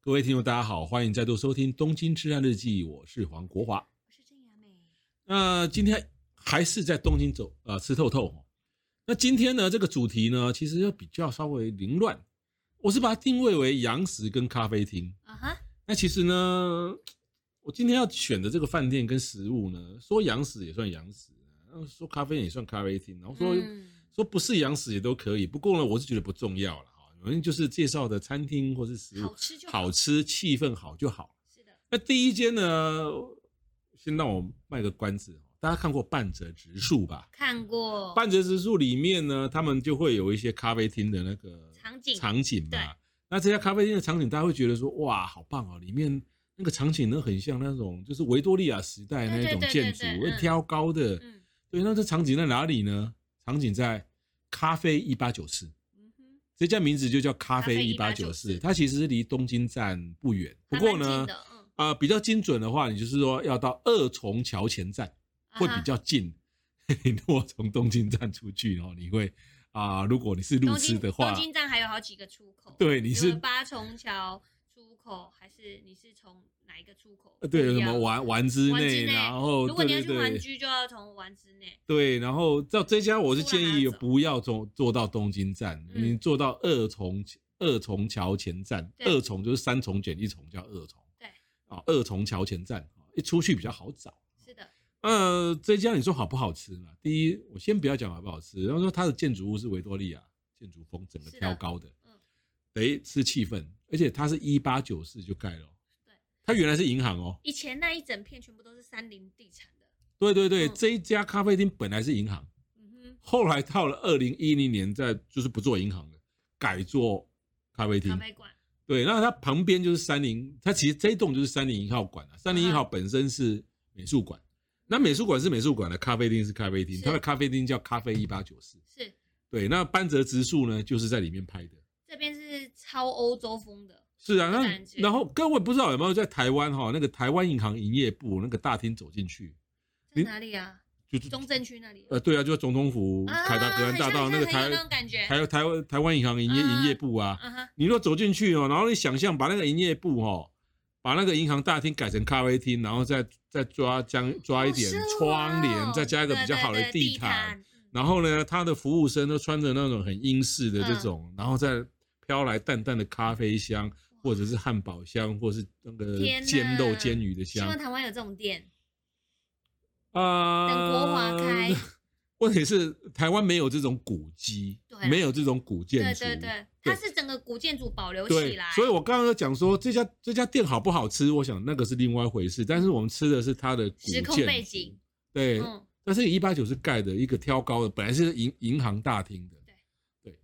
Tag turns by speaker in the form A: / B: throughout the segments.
A: 各位听众，大家好，欢迎再度收听《东京痴汉日记》，我是黄国华。
B: 我是郑雅美。
A: 那、今天还是在东京走呃吃透透哦。那今天呢，这个主题呢，其实就比较稍微凌乱，我是把它定位为洋食跟咖啡厅。
B: 啊哈，
A: 那其实呢，我今天要选的这个饭店跟食物呢，说洋食也算洋食，然后说咖啡也算咖啡厅，然后说、
B: 嗯
A: 说不是洋食也都可以。不过呢，我是觉得不重要了哈，反正就是介绍的餐厅或是食物
B: 好吃就
A: 好吃，气氛好就好。
B: 是的，
A: 那第一间呢，先让我卖个关子哦，大家看过半泽直树吧？
B: 看过
A: 半泽直树里面呢，他们就会有一些咖啡厅的那个
B: 场景
A: 场景
B: 对
A: 嘛。那这家咖啡厅的场景，大家会觉得说，哇，好棒哦！里面那个场景呢，很像那种就是维多利亚时代那种
B: 对对对
A: 建筑，
B: 对对
A: 会
B: 嗯
A: 挑高的。
B: 嗯
A: 对，那这场景在哪里呢？场景在咖啡一八九四，
B: 嗯哼，
A: 这家名字就叫咖
B: 咖
A: 啡
B: 啡
A: 一八九四，
B: 1894
A: 它其实是离东京站不远。不过
B: 还蛮
A: 呢
B: 近，的嗯，
A: 啊，比较精准的话，你就是说要到二重桥前站
B: 啊哈
A: 会比较近。你如果从东京站出去哦，你会啊、如果你是路
B: 东
A: 痴
B: 京
A: 的话
B: 东，京站还有好几个出口，
A: 对你
B: 有
A: 是
B: 八重桥出口，还是你是从哪一个出口
A: 呃
B: 不
A: 对
B: 一样？
A: 有什么丸丸之
B: 丸
A: 内，
B: 之内
A: 然后
B: 如果你要
A: 对对
B: 去玩
A: 对
B: 居，就要从丸之内。
A: 对，然后到这家我是建议
B: 出来还要走
A: 不要坐坐到东京站，
B: 嗯
A: 你坐到二重二重桥前站，
B: 对
A: 二重就是三重减一重叫二重，
B: 对，
A: 啊，二重桥前站啊一出去比较好找。
B: 是的，
A: 呃，这家你说好不好吃嘛？第一，我先不要讲好不好吃，然后说它的建筑物是维多利亚建筑风，整个
B: 是的
A: 挑高的，
B: 嗯，
A: 得吃气氛，而且它是一八九四就盖了哦、
B: 对
A: 它原来是银行哦，
B: 以前那一整片全部都是山林地产的，
A: 对对对，
B: 嗯
A: 这一家咖啡厅本来是银行，
B: 嗯哼，
A: 后来到了二零一零年在就是不做银行了，改做咖啡
B: 咖
A: 厅，
B: 啡馆，
A: 对，那它旁边就是三菱，它其实这一栋就是三菱一号馆啊。三菱一
B: 嗯
A: 号本身是美术馆，那美术馆是美术馆的，咖啡厅是咖啡厅，
B: 是
A: 它的咖啡厅叫咖啡一八九四。
B: 是
A: 对，那班泽直树呢，就是在里面拍的。
B: 这边是超欧洲风的，
A: 是啊，
B: 有感
A: 那
B: 觉
A: 然后各位不知道有没有在台湾哈、那个台湾银行营业部那个大厅走进去，你
B: 在哪里啊？
A: 就是
B: 中正区那里。
A: 呃对啊，就是总统府、
B: 啊
A: 凯达格兰大道
B: 很像
A: 那个
B: 很有
A: 台
B: 那种感觉，
A: 台台湾台湾银行营业
B: 啊
A: 营业部啊，
B: 啊哈，
A: 你若走进去哦，然后你想象把那个营业部哦，把那个银行大厅改成咖啡厅，然后再再抓将抓一点
B: 好奢华
A: 窗
B: 哦
A: 帘，再加一个比较好的
B: 对对对
A: 地
B: 地
A: 毯。
B: 毯，嗯
A: 然后呢，他的服务生都穿着那种很英式的这种，然后再飘来淡淡的咖啡香，或者是汉堡香，或是那个
B: 天哪
A: 煎肉煎鱼的
B: 希
A: 香
B: 望台湾有这种店，
A: 啊。
B: 等国华开。
A: 问题是台湾没有这种古迹
B: 对，啊
A: 没有这种古建
B: 对
A: 筑，
B: 对对，它是整个古建筑保留
A: 对
B: 起来，，
A: 所以我刚刚有讲说这家这家店好不好吃，我想那个是另外一回事。但是我们吃的是它的古
B: 时空
A: 建
B: 背
A: 筑
B: 景，
A: 对。
B: 嗯，
A: 但是一八九是盖的一个挑高的，本来是银银行大厅的，
B: 对
A: 对。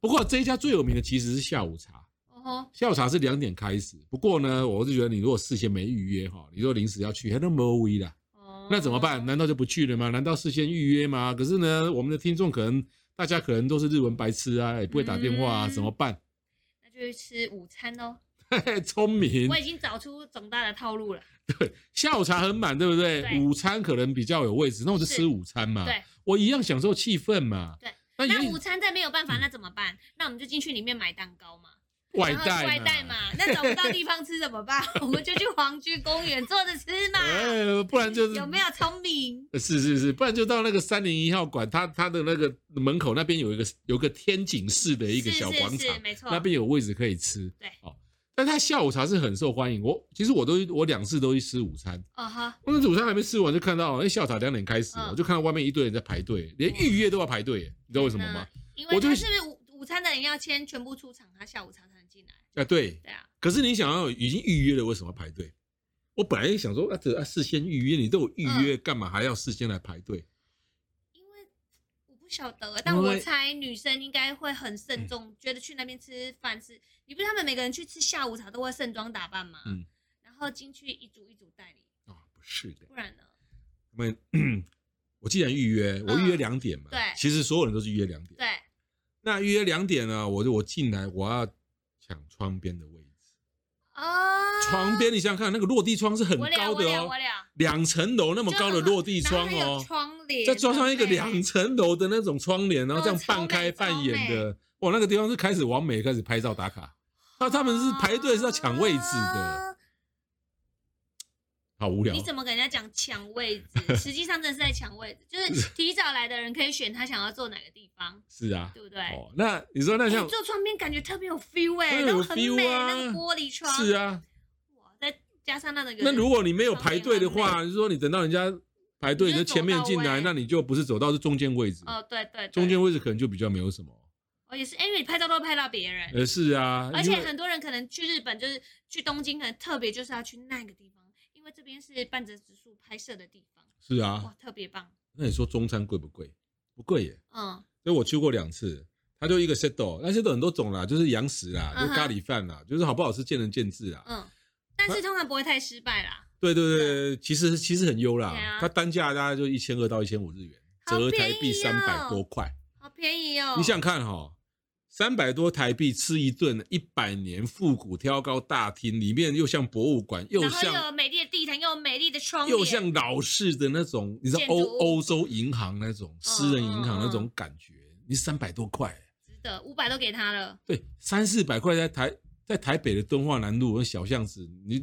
A: 不过这一家最有名的其实是下午茶，
B: 哦吼，
A: 下午茶是两点开始。不过呢，我是觉得你如果事先没预约哈，你说临时要去，还都没有位啦。
B: 哦
A: 那怎么办？？难道就不去了吗？难道事先预约吗？可是呢，我们的听众可能大家可能都是日文白痴啊，也不会打电话啊，
B: 嗯
A: 怎么办？
B: 那就去吃午餐喽。
A: 嘿嘿，聪明
B: 我，已经找出总大的套路了，
A: 对，下午茶很满，对不对？
B: 对
A: 午餐可能比较有位置，那我就是吃午餐嘛。
B: 对，
A: 我一样享受气氛嘛。
B: 对，
A: 那
B: 那
A: 有嗯
B: 午餐再没有办法，那怎么办？那我们就进去里面买蛋糕嘛，
A: 外
B: 然后
A: 带
B: 外带。嘛，那找不到地方吃怎么办？ 我们就去皇居公园坐着吃 嘛，
A: 呃，不然就是
B: 有没有聪明？
A: 有？是是是，不然就到那个三零一号馆，它它的那个门口那边有一个有个天井式的一个
B: 是
A: 小
B: 是
A: 广场，
B: 是没错，
A: 那边有位置可以吃。
B: 对
A: 好、但它下午茶是很受欢迎。我其实我都我两次都去吃午餐，
B: 啊哈，
A: 我那午餐还没吃完就看到，哎，下午茶两点开始，
B: 嗯
A: 我就看到外面一堆人在排队，连预约都要排队，你知道为什么吗？
B: 那？因
A: 我
B: 为
A: 就
B: 他是不是午午餐的人要先全部出场，他下午茶才能进来。
A: 啊，对，
B: 对啊，
A: 可是你想要已经预约了，为什么要排队？我本来想说啊，这啊事先预约，你都有预
B: 嗯
A: 约，干嘛还要事先来排队？
B: 因为我不晓得，但我猜女生应该会很
A: 嗯
B: 慎重，觉得去那边吃饭是，你不是他们每个人去吃下午茶都会盛装打扮吗？
A: 嗯
B: 然后进去一组一组带你，
A: 啊、不是的，
B: 不然呢？
A: 他们 我既然预约，我预约两点嘛，
B: 嗯对
A: 其实所有人都是预约两点。
B: 对，
A: 那预约两点呢，我就我进来，我要抢窗边的位置。
B: 哦，
A: 窗边，你想想看，那个落地窗是很
B: 我了
A: 高
B: 我
A: 的
B: 了
A: 哦
B: 我，了，
A: 两层楼那么高的落地窗
B: 然后还有
A: 哦，
B: 窗帘，
A: 再装上一个
B: 对不哦对
A: 两层楼的那种窗帘，然后这样半开半掩的，哇，那个地方是开始完美，开始拍照打卡。那他们是排队是要抢位置的，
B: 啊
A: 好无聊
B: 你。怎么跟人家讲抢位置？实际上真的是在抢位置， 就是提早来的人可以选他想要坐哪个地方，
A: 是啊，
B: 对不对？
A: 哦，那你说那
B: 哎
A: 像
B: 坐窗边感觉特别有 feel 哎、
A: 哎
B: 那
A: 有
B: 种很
A: feel
B: 美、
A: 啊
B: 那个玻璃窗，
A: 是啊，
B: 哇，再加上那个
A: 那如果你没有排队的
B: 窗帘
A: 话，就是说你等到人家排队，你就
B: 你就
A: 前面进
B: 走到
A: 来，
B: 位
A: 那你就不是走到是中间位置，
B: 哦，对对对
A: 中间位置可能就比较没有什么。
B: 哦也是，哎因为你拍照都会拍到别人，
A: 呃，是啊，
B: 而
A: 因
B: 且
A: 为
B: 很多人可能去日本就是去东京，可能特别就是要去那个地方，因为这边是半泽直树拍摄的地方，
A: 是啊
B: 哇，，特别棒，
A: 那你说中餐贵不贵？不贵耶，
B: 嗯，
A: 所以我去过两次，它就一个 set，那 set 很多种啦，就是洋食啦，就
B: 嗯哼
A: 是咖喱饭啦，就是好不好吃见仁见智啦。
B: 嗯，但是通常不会太失败啦，
A: 对对对，其实其实很优
B: 嗯对
A: 啦
B: 啊，
A: 它单价大概就一千二到一千五日元，
B: 好
A: 折台币
B: 便
A: 三
B: 宜哦
A: 百多块。
B: 好便宜哦。
A: 你想看哈、哦，三百多台币吃一顿一百年复古挑高大厅，里面又像博物馆，又
B: 然后又有
A: 像
B: 美丽的地毯，又有美丽的窗帘，
A: 又像老式的那种，你知道
B: 建筑
A: 欧
B: 物
A: 欧洲银行那种私人银行那
B: 嗯
A: 种
B: 嗯
A: 感觉，你三百多块，
B: 值得，五百都给他了。
A: 对，三四百块在台在台北的敦化南路那小巷子，你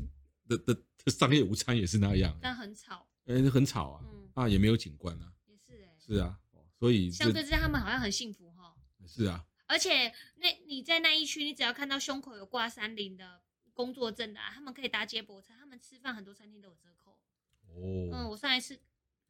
A: 的的的商业午餐也是那样，
B: 但很吵，
A: 嗯，很吵啊，
B: 嗯
A: 啊也没有景观啊，
B: 也是哎、
A: 是啊，所以这
B: 相对之下，他们好像很幸福哈。
A: 是啊，
B: 而且那你在那一区，你只要看到胸口有挂三菱的工作证的、啊，他们可以搭接驳车，他们吃饭很多餐厅都有折扣。嗯，
A: 哦，
B: 我上一次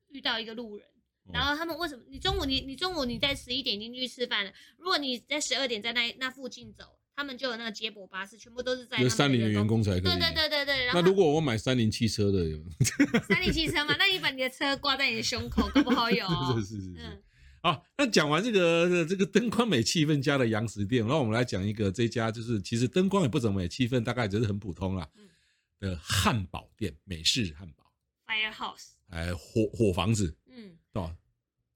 B: 遇到一个路人。
A: 哦
B: 然后他们为什么？你中午你你中午你在十一点已经去吃饭了，如果你在十二点在那那附近走，他们就有那个接驳巴士，全部都是在他
A: 有
B: 们
A: 三菱的员。工才可以，
B: 对对对对对。然
A: 那
B: 后
A: 如果我买三菱汽车的，有没有
B: 三菱汽车嘛，那你把你的车挂在你的胸口，搞不好有、哦。
A: 是是是是
B: 嗯。，
A: 好，那讲完这个这个灯光美气氛家的洋食店，那我们来讲一个这家就是其实灯光也不怎么美，气氛大概只是很普通啦
B: 嗯
A: 的汉堡店，美式汉堡，
B: Firehouse，
A: 哎，火火房子
B: 嗯，
A: 哦，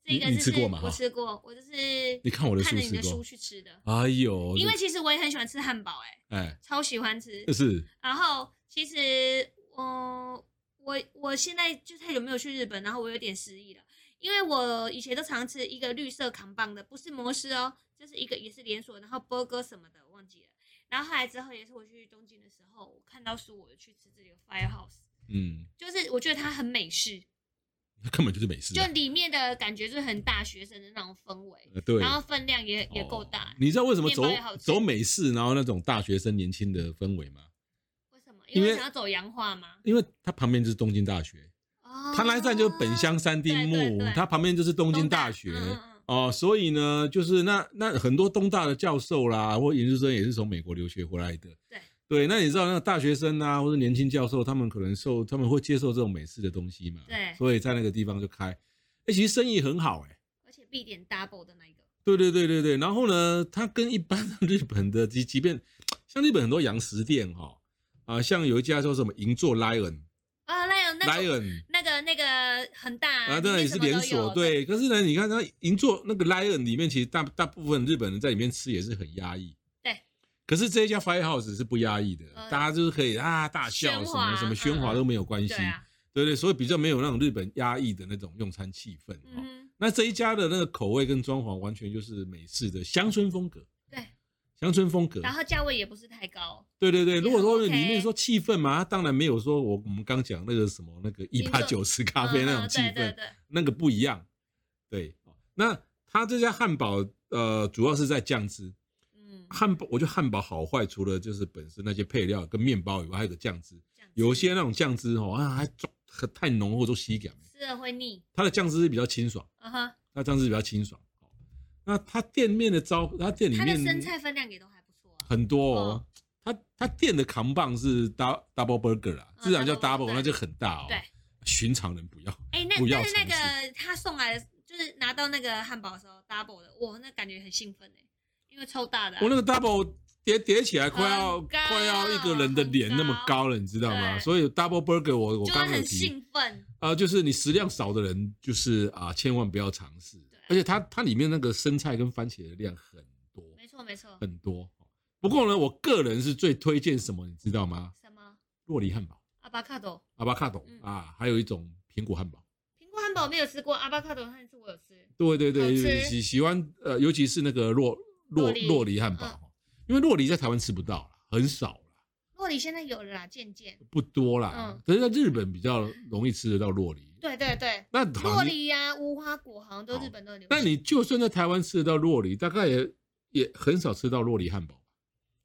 B: 这个
A: 你
B: 就
A: 你吃
B: 是
A: 过吗
B: 我
A: 哈
B: 吃过，我就是
A: 你看我的书
B: 看着你的
A: 吃过
B: 书去吃的，
A: 哎呦，
B: 因为其实我也很喜欢吃汉堡、哎，
A: 哎
B: 超喜欢吃。
A: 是
B: 然后其实，嗯，我我现在就太久没有去日本，然后我有点失忆了，因为我以前都常吃一个绿色扛棒的，不是摩斯哦，就是一个也是连锁，然后波哥什么的我忘记了。然后后来之后也是我去东京的时候，我看到书我就去吃这里的 Firehouse，
A: 嗯，
B: 就是我觉得它很美式，
A: 那根本就是美式
B: 就
A: 啊、
B: 里面的感觉就是很大学生的那种氛围，
A: 呃对，
B: 然后分量也也够
A: 哦
B: 大。
A: 你知道为什么
B: 面
A: 走
B: 包也好吃
A: 走美式，然后那种大学生年轻的氛围吗？
B: 为什么？
A: 因
B: 因
A: 为
B: 为想要走洋化嘛。
A: 因为它旁边就是东京大学，
B: 哦
A: 他那一站就是本乡三丁
B: 对对
A: 目
B: 对，
A: 它旁边就是东京大学
B: 东大嗯嗯嗯
A: 哦，所以呢，就是那那很多东大的教授啦，或研究生也是从美国留学回来的。
B: 对
A: 对，那你知道那个大学生啊，或者年轻教授，他们可能受他们会接受这种美式的东西嘛，
B: 对
A: 所以在那个地方就开，哎，其实生意很好哎、
B: 而且必点 double 的那一个，
A: 对对对对对，然后呢，它跟一般的日本的，即即便像日本很多洋食店哈、哦，啊、像有一家叫什么银座 Lion
B: 啊，那有那个
A: Lion，
B: 那个那个很大
A: 啊，
B: 里
A: 当然
B: 面
A: 也
B: 什
A: 是
B: 么都
A: 连
B: 有
A: 锁，
B: 的，
A: 对。可是呢，你看它银座那个 Lion 里面，其实大大部分日本人在里面吃也是很压抑。
B: 对。
A: 可是这一家 Firehouse 是不压抑的，
B: 嗯
A: 大家就是可以啊大笑
B: 喧
A: 什
B: 哗嗯
A: 么什么喧哗都没有关系，
B: 对啊，
A: 对对，所以比较没有那种日本压抑的那种用餐气氛。
B: 嗯
A: 哦
B: 哼，
A: 那这一家的那个口味跟装潢完全就是美式的乡村风格，
B: 对，
A: 乡村风格。
B: 然后价位也不是太高，
A: 对对对，如果说
B: OK
A: 里面说气氛嘛，它当然没有说我我们刚讲那个什么那个一八九十咖啡
B: 嗯
A: 那种
B: 嗯
A: 气氛，
B: 对对对，
A: 那个不一样。对，哦那他这家汉堡呃，主要是在酱汁
B: 嗯，
A: 汉堡，我觉得汉堡好坏除了就是本身那些配料跟面包以外，还有个酱汁。
B: 这样子
A: 有些那种酱汁哦，啊，还重太浓厚都吸感。
B: 吃了会腻，
A: 它的酱汁是比较清爽，
B: 嗯哼，
A: 它酱汁比较清爽。哦那它店面的招，它店里
B: 它的生
A: 面
B: 菜分量也都还不错啊，
A: 很多哦。它它店的扛棒是 dou- double burger 啦，
B: 嗯
A: 自然叫
B: double
A: double，
B: burger，
A: 那就很大哦。
B: 对，
A: 寻常人不要。
B: 哎，那
A: 不要
B: 但是那
A: 尝
B: 个他送来的，就是拿到那个汉堡的时候 double 的，哇，那感觉很兴奋哎，因为超大的啊，
A: 我那个 double 叠叠起来快要
B: 很高
A: 快要一个人的脸那么高了，你知道吗？
B: 对
A: 所以 double burger 我我
B: 就
A: 刚刚
B: 会
A: 有
B: 很
A: 提
B: 兴奋，
A: 啊、呃就是你食量少的人，就是啊、千万不要尝试。
B: 对
A: 而且它它里面那个生菜跟番茄的量很多
B: 没错没错，
A: 很多。哦不过呢，我个人是最推荐什么，你知道吗？
B: 什么
A: 洛梨汉堡、
B: 阿巴卡多。
A: 阿巴卡朵、
B: 嗯
A: 啊，还有一种苹果汉堡。
B: 苹果汉堡我没有吃过，阿巴卡多汉是我有吃。
A: 对对
B: 好
A: 对，
B: 吃
A: 喜喜欢呃，尤其是那个洛洛
B: 洛梨嗯
A: 洛梨汉堡，因为洛梨在台湾吃不到啦很少啦，
B: 洛梨现在有了啦，渐渐。
A: 不多啦
B: 嗯。
A: 可是在日本比较容易吃得到洛梨。
B: 对对对，
A: 那
B: 洛
A: 好，你
B: 梨呀、无花果好像都
A: 好
B: 日本都很流行。
A: 那你就算在台湾吃得到洛梨，大概也也很少吃到洛梨汉堡。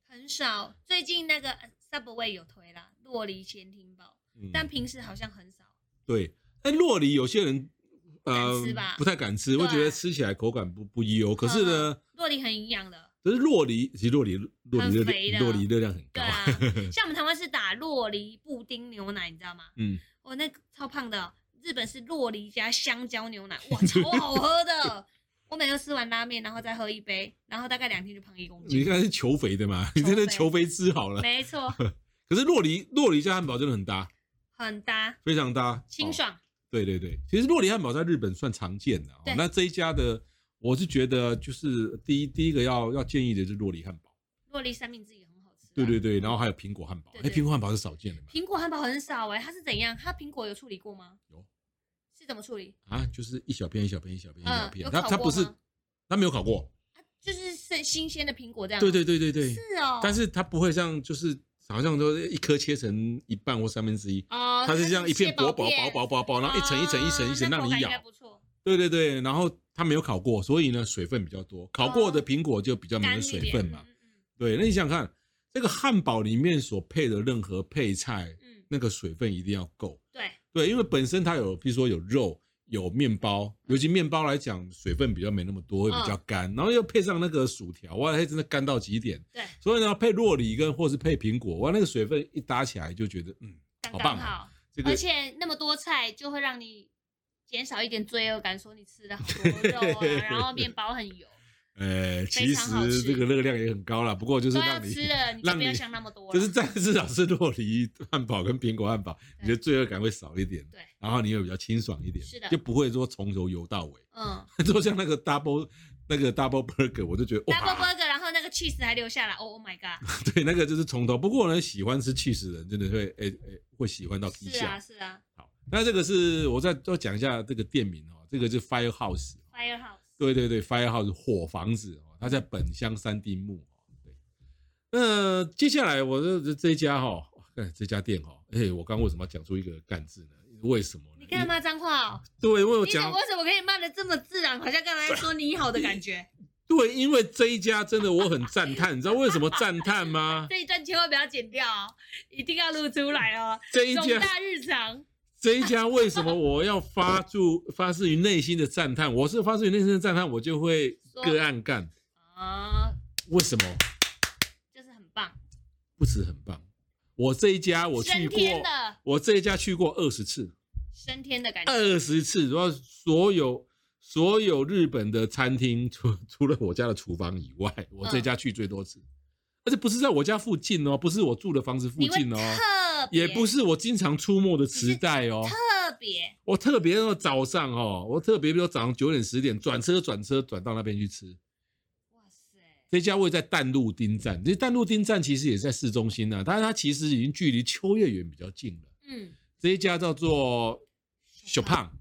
B: 很少，最近那个 Subway 有推啦，洛梨前厅堡，
A: 嗯
B: 但平时好像很少。
A: 对，但洛梨有些人呃
B: 敢吃吧
A: 不太敢吃，
B: 对啊嗯
A: 会觉得吃起来口感不不优。可是呢，
B: 洛梨很营养的，
A: 可是洛梨其实洛梨洛梨热
B: 很肥的
A: 量洛梨热量很高
B: 对。啊，
A: 哦
B: 像我们台湾是打洛梨布丁牛奶，你知道吗？
A: 嗯，
B: 我那个超胖的哦，日本是洛梨加香蕉牛奶， 哇，超好喝的。我每次吃完拉面，然后再喝一杯，然后大概两天就胖一公
A: 你
B: 斤。
A: 看是求肥的嘛，你真的求肥吃好了。
B: 没 错，
A: 可是洛梨洛梨加汉堡真的很搭，
B: 很搭，
A: 非常搭，
B: 清
A: 哦
B: 爽。
A: 对对对，其实洛梨汉堡在日本算常见的、哦
B: 对。
A: 那这一家的，我是觉得就是第一第一个要要建议的是洛梨汉堡，
B: 洛梨三明治也很好吃啊。
A: 对对对，然后还有苹果汉堡，
B: 对
A: 哎，苹
B: 对
A: 果汉堡是少见的嘛，
B: 苹果汉堡很少哎、它是怎样？它苹果有处理过吗？
A: 有，
B: 是怎么处理？
A: 啊，就是一小片一小片一小片一小
B: 嗯
A: 片，
B: 有
A: 它
B: 烤
A: 它
B: 过
A: 不是
B: 吗，
A: 它没有烤过，
B: 就是是新鲜的苹果这样吗。
A: 对对对对对，
B: 嗯是哦。
A: 但是它不会像就是好像说一颗切成一半或三分之一，
B: 哦，
A: 它是这样一片薄薄
B: 蟹
A: 薄薄
B: 堡
A: 薄薄，
B: 片，
A: 然
B: 哦
A: 后一层一层一层一层
B: 那
A: 让
B: 口
A: 你
B: 感应该
A: 咬，
B: 不错，
A: 对对对，然后它没有烤过，所以呢水分比较多，烤过的苹果就比较没
B: 哦干
A: 有
B: 一
A: 水
B: 点
A: 分嘛。。
B: 嗯嗯
A: 对，那你想想看，这个汉堡里面所配的任何配菜，
B: 嗯，嗯
A: 那个水分一定要够。
B: 对，
A: 对，因为本身它有，比如说有肉、有面包，尤其面包来讲，水分比较没那么多，会比
B: 嗯
A: 较干。然后又配上那个薯条，哇，它真的干到极点。
B: 对，
A: 所以呢，配洛梨跟或是配苹果，哇，那个水分一搭起来就觉得，嗯，
B: 刚
A: 好
B: 刚
A: 棒啊
B: 好。
A: 这
B: 而
A: 个
B: 且那么多菜就会让你减少一点罪恶感，说你吃了好多肉啊，然后面包很油，
A: 呃，
B: 非
A: 其
B: 常好吃
A: 实这个热量也很高啦，不过 就是
B: 都要
A: 让你
B: 吃了，你就
A: 让
B: 不要
A: 你
B: 想那么多了。
A: 就是在至少是洛梨汉堡跟苹果汉堡，
B: 对
A: 你的罪恶感会少一点，
B: 对，
A: 然后你也比较清爽一点，
B: 是的
A: 就不会说从头游到尾。
B: 嗯
A: 就像那个 double 那个 double burger，我就觉得
B: ，double
A: 哇，
B: burger，然后那个 cheese 还留下来，Oh my god！
A: 对，那个就是从头。不过呢，喜欢吃 cheese 的人真的会，诶、诶、会喜欢到皮
B: 是啊
A: 下。
B: 是啊
A: 好，那这个是我再多讲一下这个店名哦，这个是 Firehouse，
B: ，firehouse。
A: 对对对，Firehouse 火房子哦，它在本乡三丁目哦。对，那接下来我这这一家哈、哦，哇看这家店哈、哦，哎、我刚为什么要讲出一个干字呢？为什么呢？
B: 你干嘛脏话哦？
A: 对，因为嗯 我
B: 你怎
A: 讲
B: 么为什么可以骂的这么自然，好像刚才说你好的感 觉？
A: 对，因为这一家真的我很赞叹，你知道为什么赞叹 吗？
B: 这一段千万不要剪掉哦，一定要录出来 哦。
A: 这一
B: 重
A: 家
B: 大日常，
A: 这一家为什么我要发自发自于内心的赞叹？我是发自于内心的赞叹，我就会个案干。
B: 啊，
A: 为什么？
B: 就是很棒，
A: 不止很棒，我这一家我去
B: 升
A: 过，
B: 天的
A: 我这一家去过二十次，
B: 升天的感觉。
A: 二十次，主要所有所有日本的餐厅，除 除了我家的厨房以外，我
B: 嗯
A: 这家去最多次，而且不是在我家附近哦，不是我住的房子附
B: 你会
A: 近哦，
B: 特别
A: 也不是我经常出没的时代哦。
B: 特别
A: 我特别到早上哦，我特别比如早上九点十点转车转车转到那边去吃。
B: 哇塞，
A: 这家位在淡路町站，这淡路町站其实也在市中心啊，但是它其实已经距离秋叶原比较近了。
B: 嗯，
A: 这一家叫做小胖，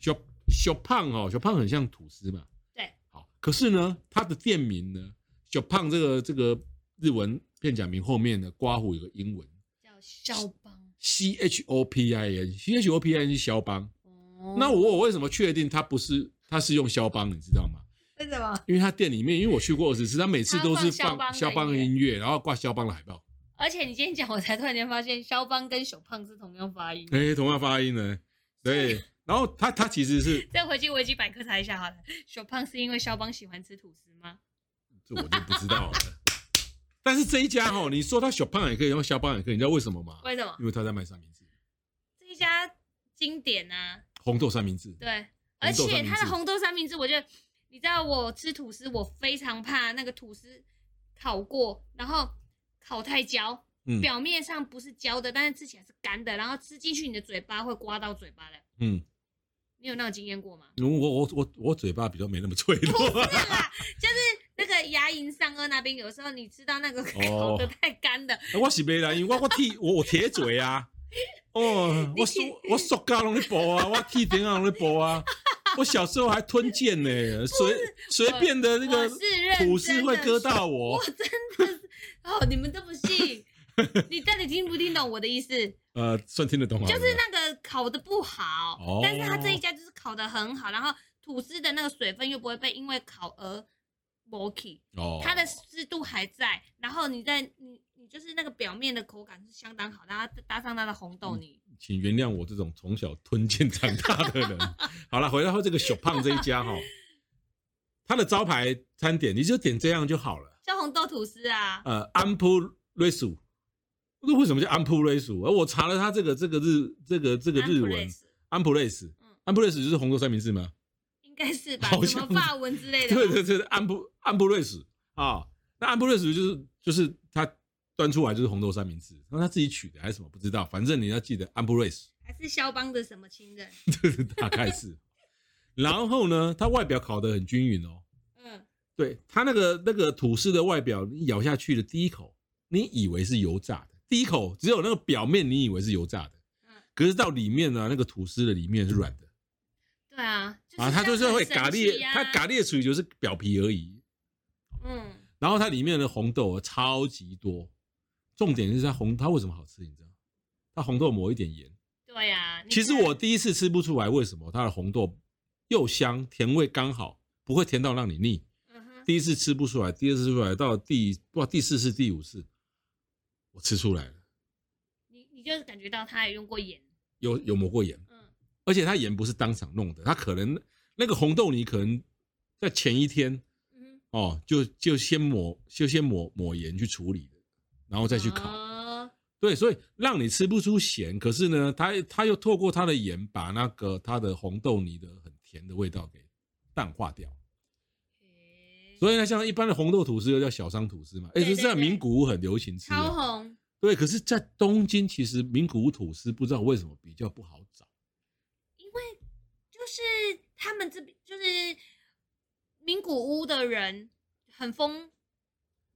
A: 小小胖哦，小胖很像吐司嘛。
B: 对，
A: 好，可是呢，它的店名呢，小胖这个这个日文片假名后面呢，刮胡有个英文
B: 叫肖邦。
A: C H O P I N，C H O P I N 是肖邦。
B: 哦
A: 那我为什么确定他不是他是用肖邦，你知道吗？
B: 为什么？
A: 因为他店里面，因为我去过二十次，他每次都是放肖
B: 他放肖邦
A: 邦
B: 的音乐
A: 的音乐，然后挂肖邦的海报。
B: 而且你今天讲，我才突然间发现肖邦跟小胖是同样发音。
A: 哎，同样发音呢？对。然后他他其实是，
B: 再回去维基百科查一下好了。小胖是因为肖邦喜欢吃吐司吗？
A: 这我就不知道了。 但是这一家哦，你说他小胖也可以，用肖邦也可以，你知道为什么吗？
B: 为什么？
A: 因为他在卖三明治，
B: 这一家经典啊，
A: 红豆三明治。
B: 对，而
A: 红豆
B: 且
A: 三明
B: 它的
A: 治
B: 红豆三明治，我觉得，你知道我吃吐司，我非常怕那个吐司烤过，然后烤太焦，
A: 嗯
B: 表面上不是焦的，但是吃起来是干的，然后吃进去你的嘴巴会刮到嘴巴的。
A: 嗯，
B: 你有那种经验过吗？
A: 我我我我嘴巴比较没那么脆弱。
B: 那个牙龈上颚那边，有时候你吃到那个 烤
A: 哦
B: 的太干的，
A: 我是袂啦，因为我我铁我我铁嘴啊，哦，我塑我塑胶拢咧剥啊，我铁钉啊拢咧剥啊，我小时候还吞剑呢、随随便的那
B: 我
A: 个
B: 是认
A: 吐
B: 真
A: 司
B: 的
A: 会割到我
B: 我，真的是哦，你们都不信， 你到底听不听懂我的意思？
A: 呃，算听得懂啊。
B: 就是那个烤的不好，
A: 哦
B: 但是他这一家就是烤的很好，然后吐司的那个水分又不会被因为烤而磨起，
A: 哦，
B: 它的湿度还在，然后你在你你就是那个表面的口感是相当好，然后搭上它的红
A: 嗯
B: 豆泥，
A: 请原谅我这种从小吞剑长大的人。好了，回到这个小胖这一家哈、他的招牌餐点你就点这样就好了。
B: 叫红豆吐司啊，
A: 呃，安普瑞薯，那为什么叫安普瑞薯？而我查了他这个这个日这个这个日
B: 安普瑞
A: 文
B: 斯
A: 安普瑞斯
B: 嗯，
A: 安普瑞斯就是红豆三明治吗？
B: 应该是吧？
A: 好
B: 什么
A: 像
B: 法文之类的吧，
A: 对对对，安普安普瑞斯啊，那安普瑞斯就是就是他端出来就是红豆三明治，那他自己取的还是什么不知道，反正你要记得安普瑞斯。
B: 还是肖邦的什么亲人？
A: 大概是。然后呢，它外表烤得很均匀哦。
B: 嗯，
A: 对，它那个那个吐司的外表，你咬下去的第一口，你以为是油炸的，第一口只有那个表面你以为是油炸的
B: 嗯，
A: 可是到里面呢、啊那个吐司的里面是软的、
B: 对啊，就是、
A: 啊，它就是会嘎裂，它嘎
B: 裂，
A: 裂属于就是表皮而已。
B: 嗯，
A: 然后它里面的红豆啊超级多，重点是它红它为什么好吃，你知道？它红豆抹一点盐，
B: 对啊。你
A: 其实
B: 看
A: 我第一次吃不出来为什么它的红豆又香，甜味刚好，不会甜到让你腻。
B: 嗯哼，
A: 第一次吃不出来，第二次吃不出来，到第哇第四次、第五次，我吃出来了，
B: 你你就感觉到他也用过盐，
A: 有有抹过盐，
B: 嗯，
A: 而且它盐不是当场弄的，它可能那个红豆泥可能在前一天
B: 嗯哼
A: 哦，就就先抹就先抹抹盐去处理的，然后再去烤。
B: 哦
A: 对，所以让你吃不出咸，可是呢，它它又透过它的盐把那个它的红豆泥的很甜的味道给淡化掉。
B: 诶
A: 所以呢，像一般的红豆吐司又叫小商吐司嘛，哎，
B: 对
A: 这
B: 对
A: 是在名古屋很流行吃
B: 超
A: 的。
B: 红，
A: 对，可是，在东京其实名古屋吐司不知道为什么比较不好找。
B: 因为就是他们这边就是名古屋的人很疯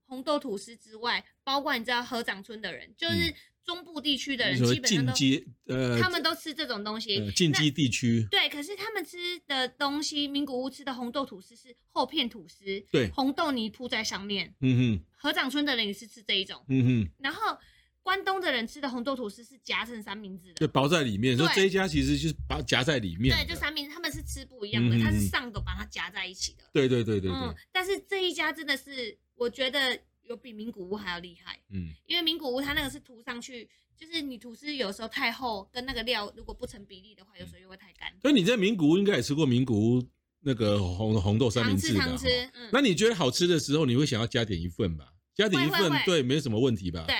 B: 红豆吐司之外，包括你知道合掌村的人，就是中部地区的人，
A: 什么
B: 基
A: 嗯
B: 本上
A: 进
B: 都
A: 阶呃，
B: 他们都吃这种东西
A: 呃。进
B: 那
A: 阶地区，
B: 对，可是他们吃的东西，名古屋吃的红豆吐司是厚片吐司，
A: 对
B: 红豆泥铺在上面。
A: 嗯哼，
B: 合掌村的人也是吃这一种，
A: 嗯哼，
B: 然后关东的人吃的红豆吐司是夹成三明治
A: 就
B: 的，
A: 包在里面。所以
B: 对
A: 这一家其实就是把夹在里面的。
B: 对，就三明治他们是吃不一样的，
A: 嗯
B: 它是
A: 嗯嗯
B: 上的把它夹在一起的。
A: 对对对对对
B: 嗯，，但是这一家真的是，我觉得有比名古屋还要厉害，
A: 嗯
B: 因为名古屋它那个是涂上去，就是你吐司有时候太厚，跟那个料如果不成比例的话，有时候又会太干。
A: 所以你在名古屋应该也吃过名古屋那个红红豆三明
B: 常吃
A: 治的啊哈。
B: 常吃，嗯，
A: 那你觉得好吃的时候，你会想要加点一份吧？加点一
B: 会
A: 份
B: 会会，
A: 对，没什么问题吧？
B: 对，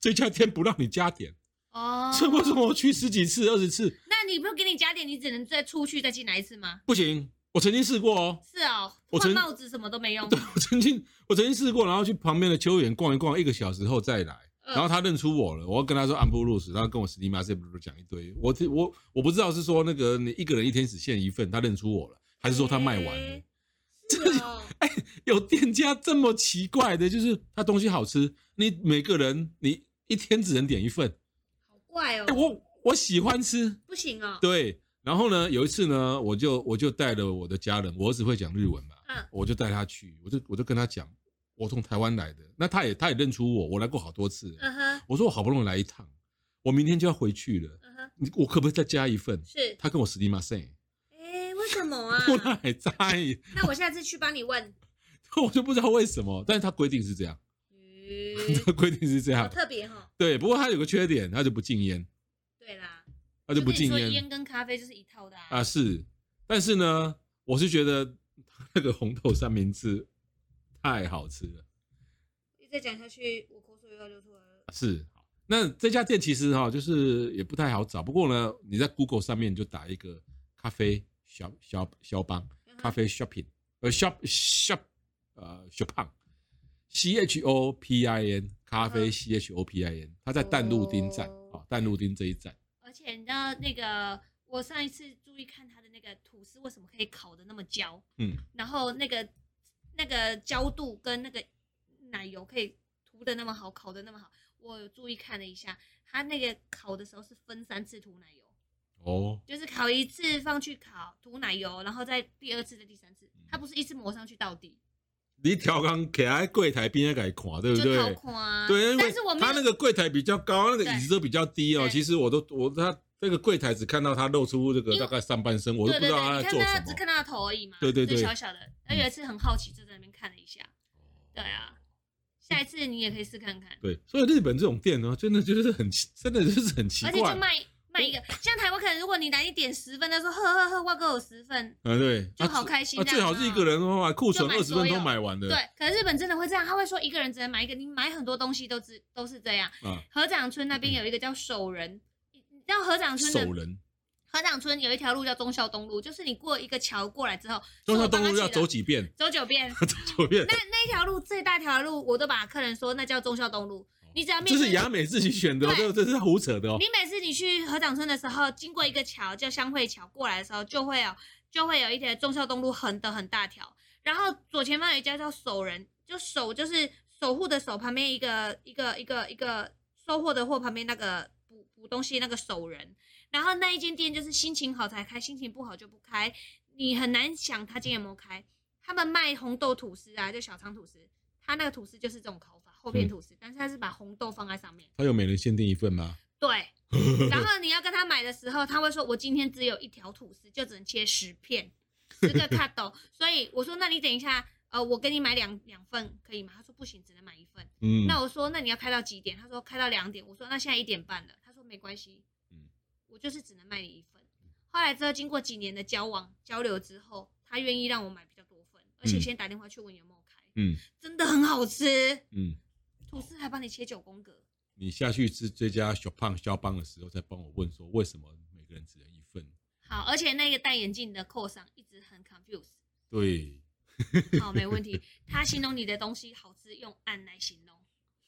A: 这家店不让你加点，
B: 哦，
A: 这为什么我去十几次、二十次
B: 那你不给你加点，你只能再出去再进来一次吗？
A: 不行？我曾经试过哦，
B: 是哦，
A: 我
B: 换
A: 曾
B: 帽子什么都没 用。
A: 我曾经我曾经试过，然后去旁边的秋园逛一逛，一个小时后再来。
B: 嗯
A: 然后他认出我了，我要跟他说安布鲁斯，然后跟我史蒂马斯布鲁讲一堆。我这我我不知道是说那个你一个人一天只限一份，他认出我了，还是说他卖完了
B: 诶？嗯是哦，
A: 有店家这么奇怪的，就是他东西好吃，你每个人你一天只能点一份。
B: 好怪
A: 哎、
B: 哦，
A: 我我喜欢吃，
B: 不行哦，
A: 对。然后呢，有一次呢，我就我就带了我的家人，我儿子会讲日文嘛，
B: 嗯
A: 我就带他去，我就我就跟他讲，我从台湾来的，那他也他也认出我，我来过好多次了，
B: 嗯哼
A: 我说我好不容易来一趟，我明天就要回去了，
B: 嗯哼，
A: 你我可不可以再加一份？
B: 是，
A: 他跟我史蒂马塞，
B: 哎，为什 么啊？
A: 我哪还在，
B: 那我下次去帮你问。
A: 我就不知道为什么，但是他规定是这样，
B: 咦
A: 他规定是这
B: 好
A: 样，
B: 特别哈。
A: 对，不过他有个缺点，他就不禁烟，
B: 对啦，
A: 他就不
B: 跟你
A: 禁
B: 说
A: 烟
B: 烟跟咖啡就是一套的啊。
A: 啊，是，但是呢，我是觉得那个红豆三明治太好吃了。
B: 再讲下去，我口水又要流出来了。
A: 是，好那这家店其实哈、就是也不太好找。不过呢，你在 Google 上面就打一个咖啡小小小邦
B: 嗯哼
A: 咖啡 shopping，呃 shop shop 呃 shopang C H O P I N 咖啡
B: 嗯
A: C H O P I N，它在淡路町站
B: 哦
A: 啊，淡路町这一站。
B: 而且你知道那个，我上一次注意看它的那个吐司为什么可以烤的那么焦，
A: 嗯，
B: 然后那个那个焦度跟那个奶油可以涂的那么好，烤的那么好，我有注意看了一下，它那个烤的时候是分三次涂奶油。
A: 哦，
B: 就是烤一
A: 嗯
B: 次放去烤，涂奶油，然后再第二次、再第三次，它不是一次抹上去到底，
A: 你调岗给在柜台边给看，对不
B: 就
A: 对？
B: 掏空啊。
A: 对，因为
B: 但是我没
A: 他
B: 有
A: 那个柜台比较高，那个椅子都比较低哦。
B: 对
A: 其实我都我他那个柜台只看到他露出这个
B: 因为
A: 大概上半身，我都
B: 对
A: 不知
B: 对
A: 道
B: 对，
A: 他
B: 你
A: 在
B: 看
A: 做
B: 他
A: 什
B: 只
A: 么。
B: 看他的头而已嘛，
A: 对对
B: 就
A: 对嗯
B: 小小的。而有一次很好奇，就在那边看了一下。对啊，下一次你也可以试看看，
A: 对，所以日本这种店呢，哦真的就是很奇 真的就是很奇
B: 而且就
A: 怪。
B: 卖卖一个，像台湾可能如果你来一点十分，他说呵呵呵，哇哥有十分，
A: 嗯，对，
B: 就
A: 啊
B: 好
A: 最
B: 开心
A: 啊，
B: 这
A: 最
B: 样
A: 好
B: 子
A: 是一
B: 哦
A: 个人的话，库存
B: 就买
A: 二十分都
B: 所有
A: 买完的。
B: 对，可是日本真的会这样，他会说一个人只能买一个，你买很多东西都只都是这样。
A: 啊，
B: 河长村那边有一个叫守人，你你知道河长村
A: 守
B: 的
A: 人。
B: 河长村有一条路叫忠孝东路，就是你过一个桥过来之后，
A: 中
B: 孝
A: 山东路要走几遍？
B: 走九 遍，
A: 走九遍
B: 那。那一条路最大条的路，我都把客人说那叫忠孝东路。你只要面
A: 哦这是
B: 对
A: 雅美自己选的哦，这
B: 对
A: 这是胡扯的哦。
B: 你每次你去河长村的时候，经过一个桥叫香会桥，过来的时候就会有就会有一条忠孝东路横的很大条，然后左前方有一家叫守人，就守就是守护的守，旁边一个一个一个一个收获的货，旁边那个补补东西那个守人，然后那一间店就是心情好才开，心情不好就不开，你很难想他今天有没有开。他们卖红豆吐司啊，就小肠吐司，他那个吐司就是这种烤法，厚片
A: 嗯
B: 吐司，但是他是把红豆放在上面。
A: 他有每人限定一份吗？
B: 对，然后你要跟他买的时候，他会说：“我今天只有一条吐司，就只能切十片，十个 cut 哦。”所以我说：“那你等一下，呃，我给你买两两份可以吗？”他说：“不行，只能买一份。
A: 嗯，
B: 那我说：“那你要开到几点？”他说：“开到两点。”我说：“那现在一点半了。”他说：“没关系，
A: 嗯
B: 我就是只能卖你一份。”后来之后，经过几年的交往交流之后，他愿意让我买比较多份，而且
A: 嗯
B: 先打电话去问有没有开，
A: 嗯
B: 真的很好吃，
A: 嗯，
B: 吐司还帮你切九宫格。
A: 你下去吃这家小胖肖邦的时候，再帮我问说为什么每个人只能一份？
B: 好，而且那个戴眼镜的扣上一直很 confused。
A: 对，
B: 好，没问题。他形容你的东西好吃，用“按”来形容。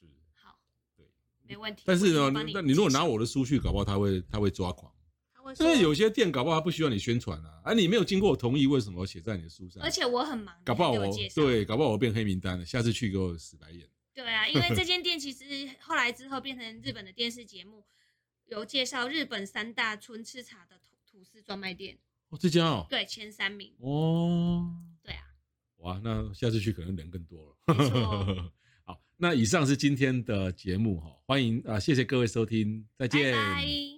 A: 是。
B: 好，
A: 对，
B: 没问题。
A: 但是
B: 我
A: 呢
B: 已经帮，
A: 那你如果拿
B: 记下，
A: 我的书去，搞不好他会他会抓狂，
B: 他会
A: 因
B: 说
A: 为有些店搞不好他不需要你宣传啊，啊，你没有经过我同意，为什么我写在你的书上？
B: 而且我很忙，
A: 搞不好
B: 你还
A: 我
B: 给介绍
A: 对，搞不好我变黑名单了，下次去给我死白眼。
B: 对啊，因为这间店其实 后来之后变成日本的电视节目，有介绍日本三大春吃茶的吐吐司专卖店，
A: 哦，这家哦，
B: 对，前三名。
A: 哦，
B: 对啊，
A: 哇，那下次去可能人更多
B: 没 错
A: 了。好，那以上是今天的节目哈，欢迎啊、谢谢各位收听，再
B: 拜
A: 见。
B: 拜。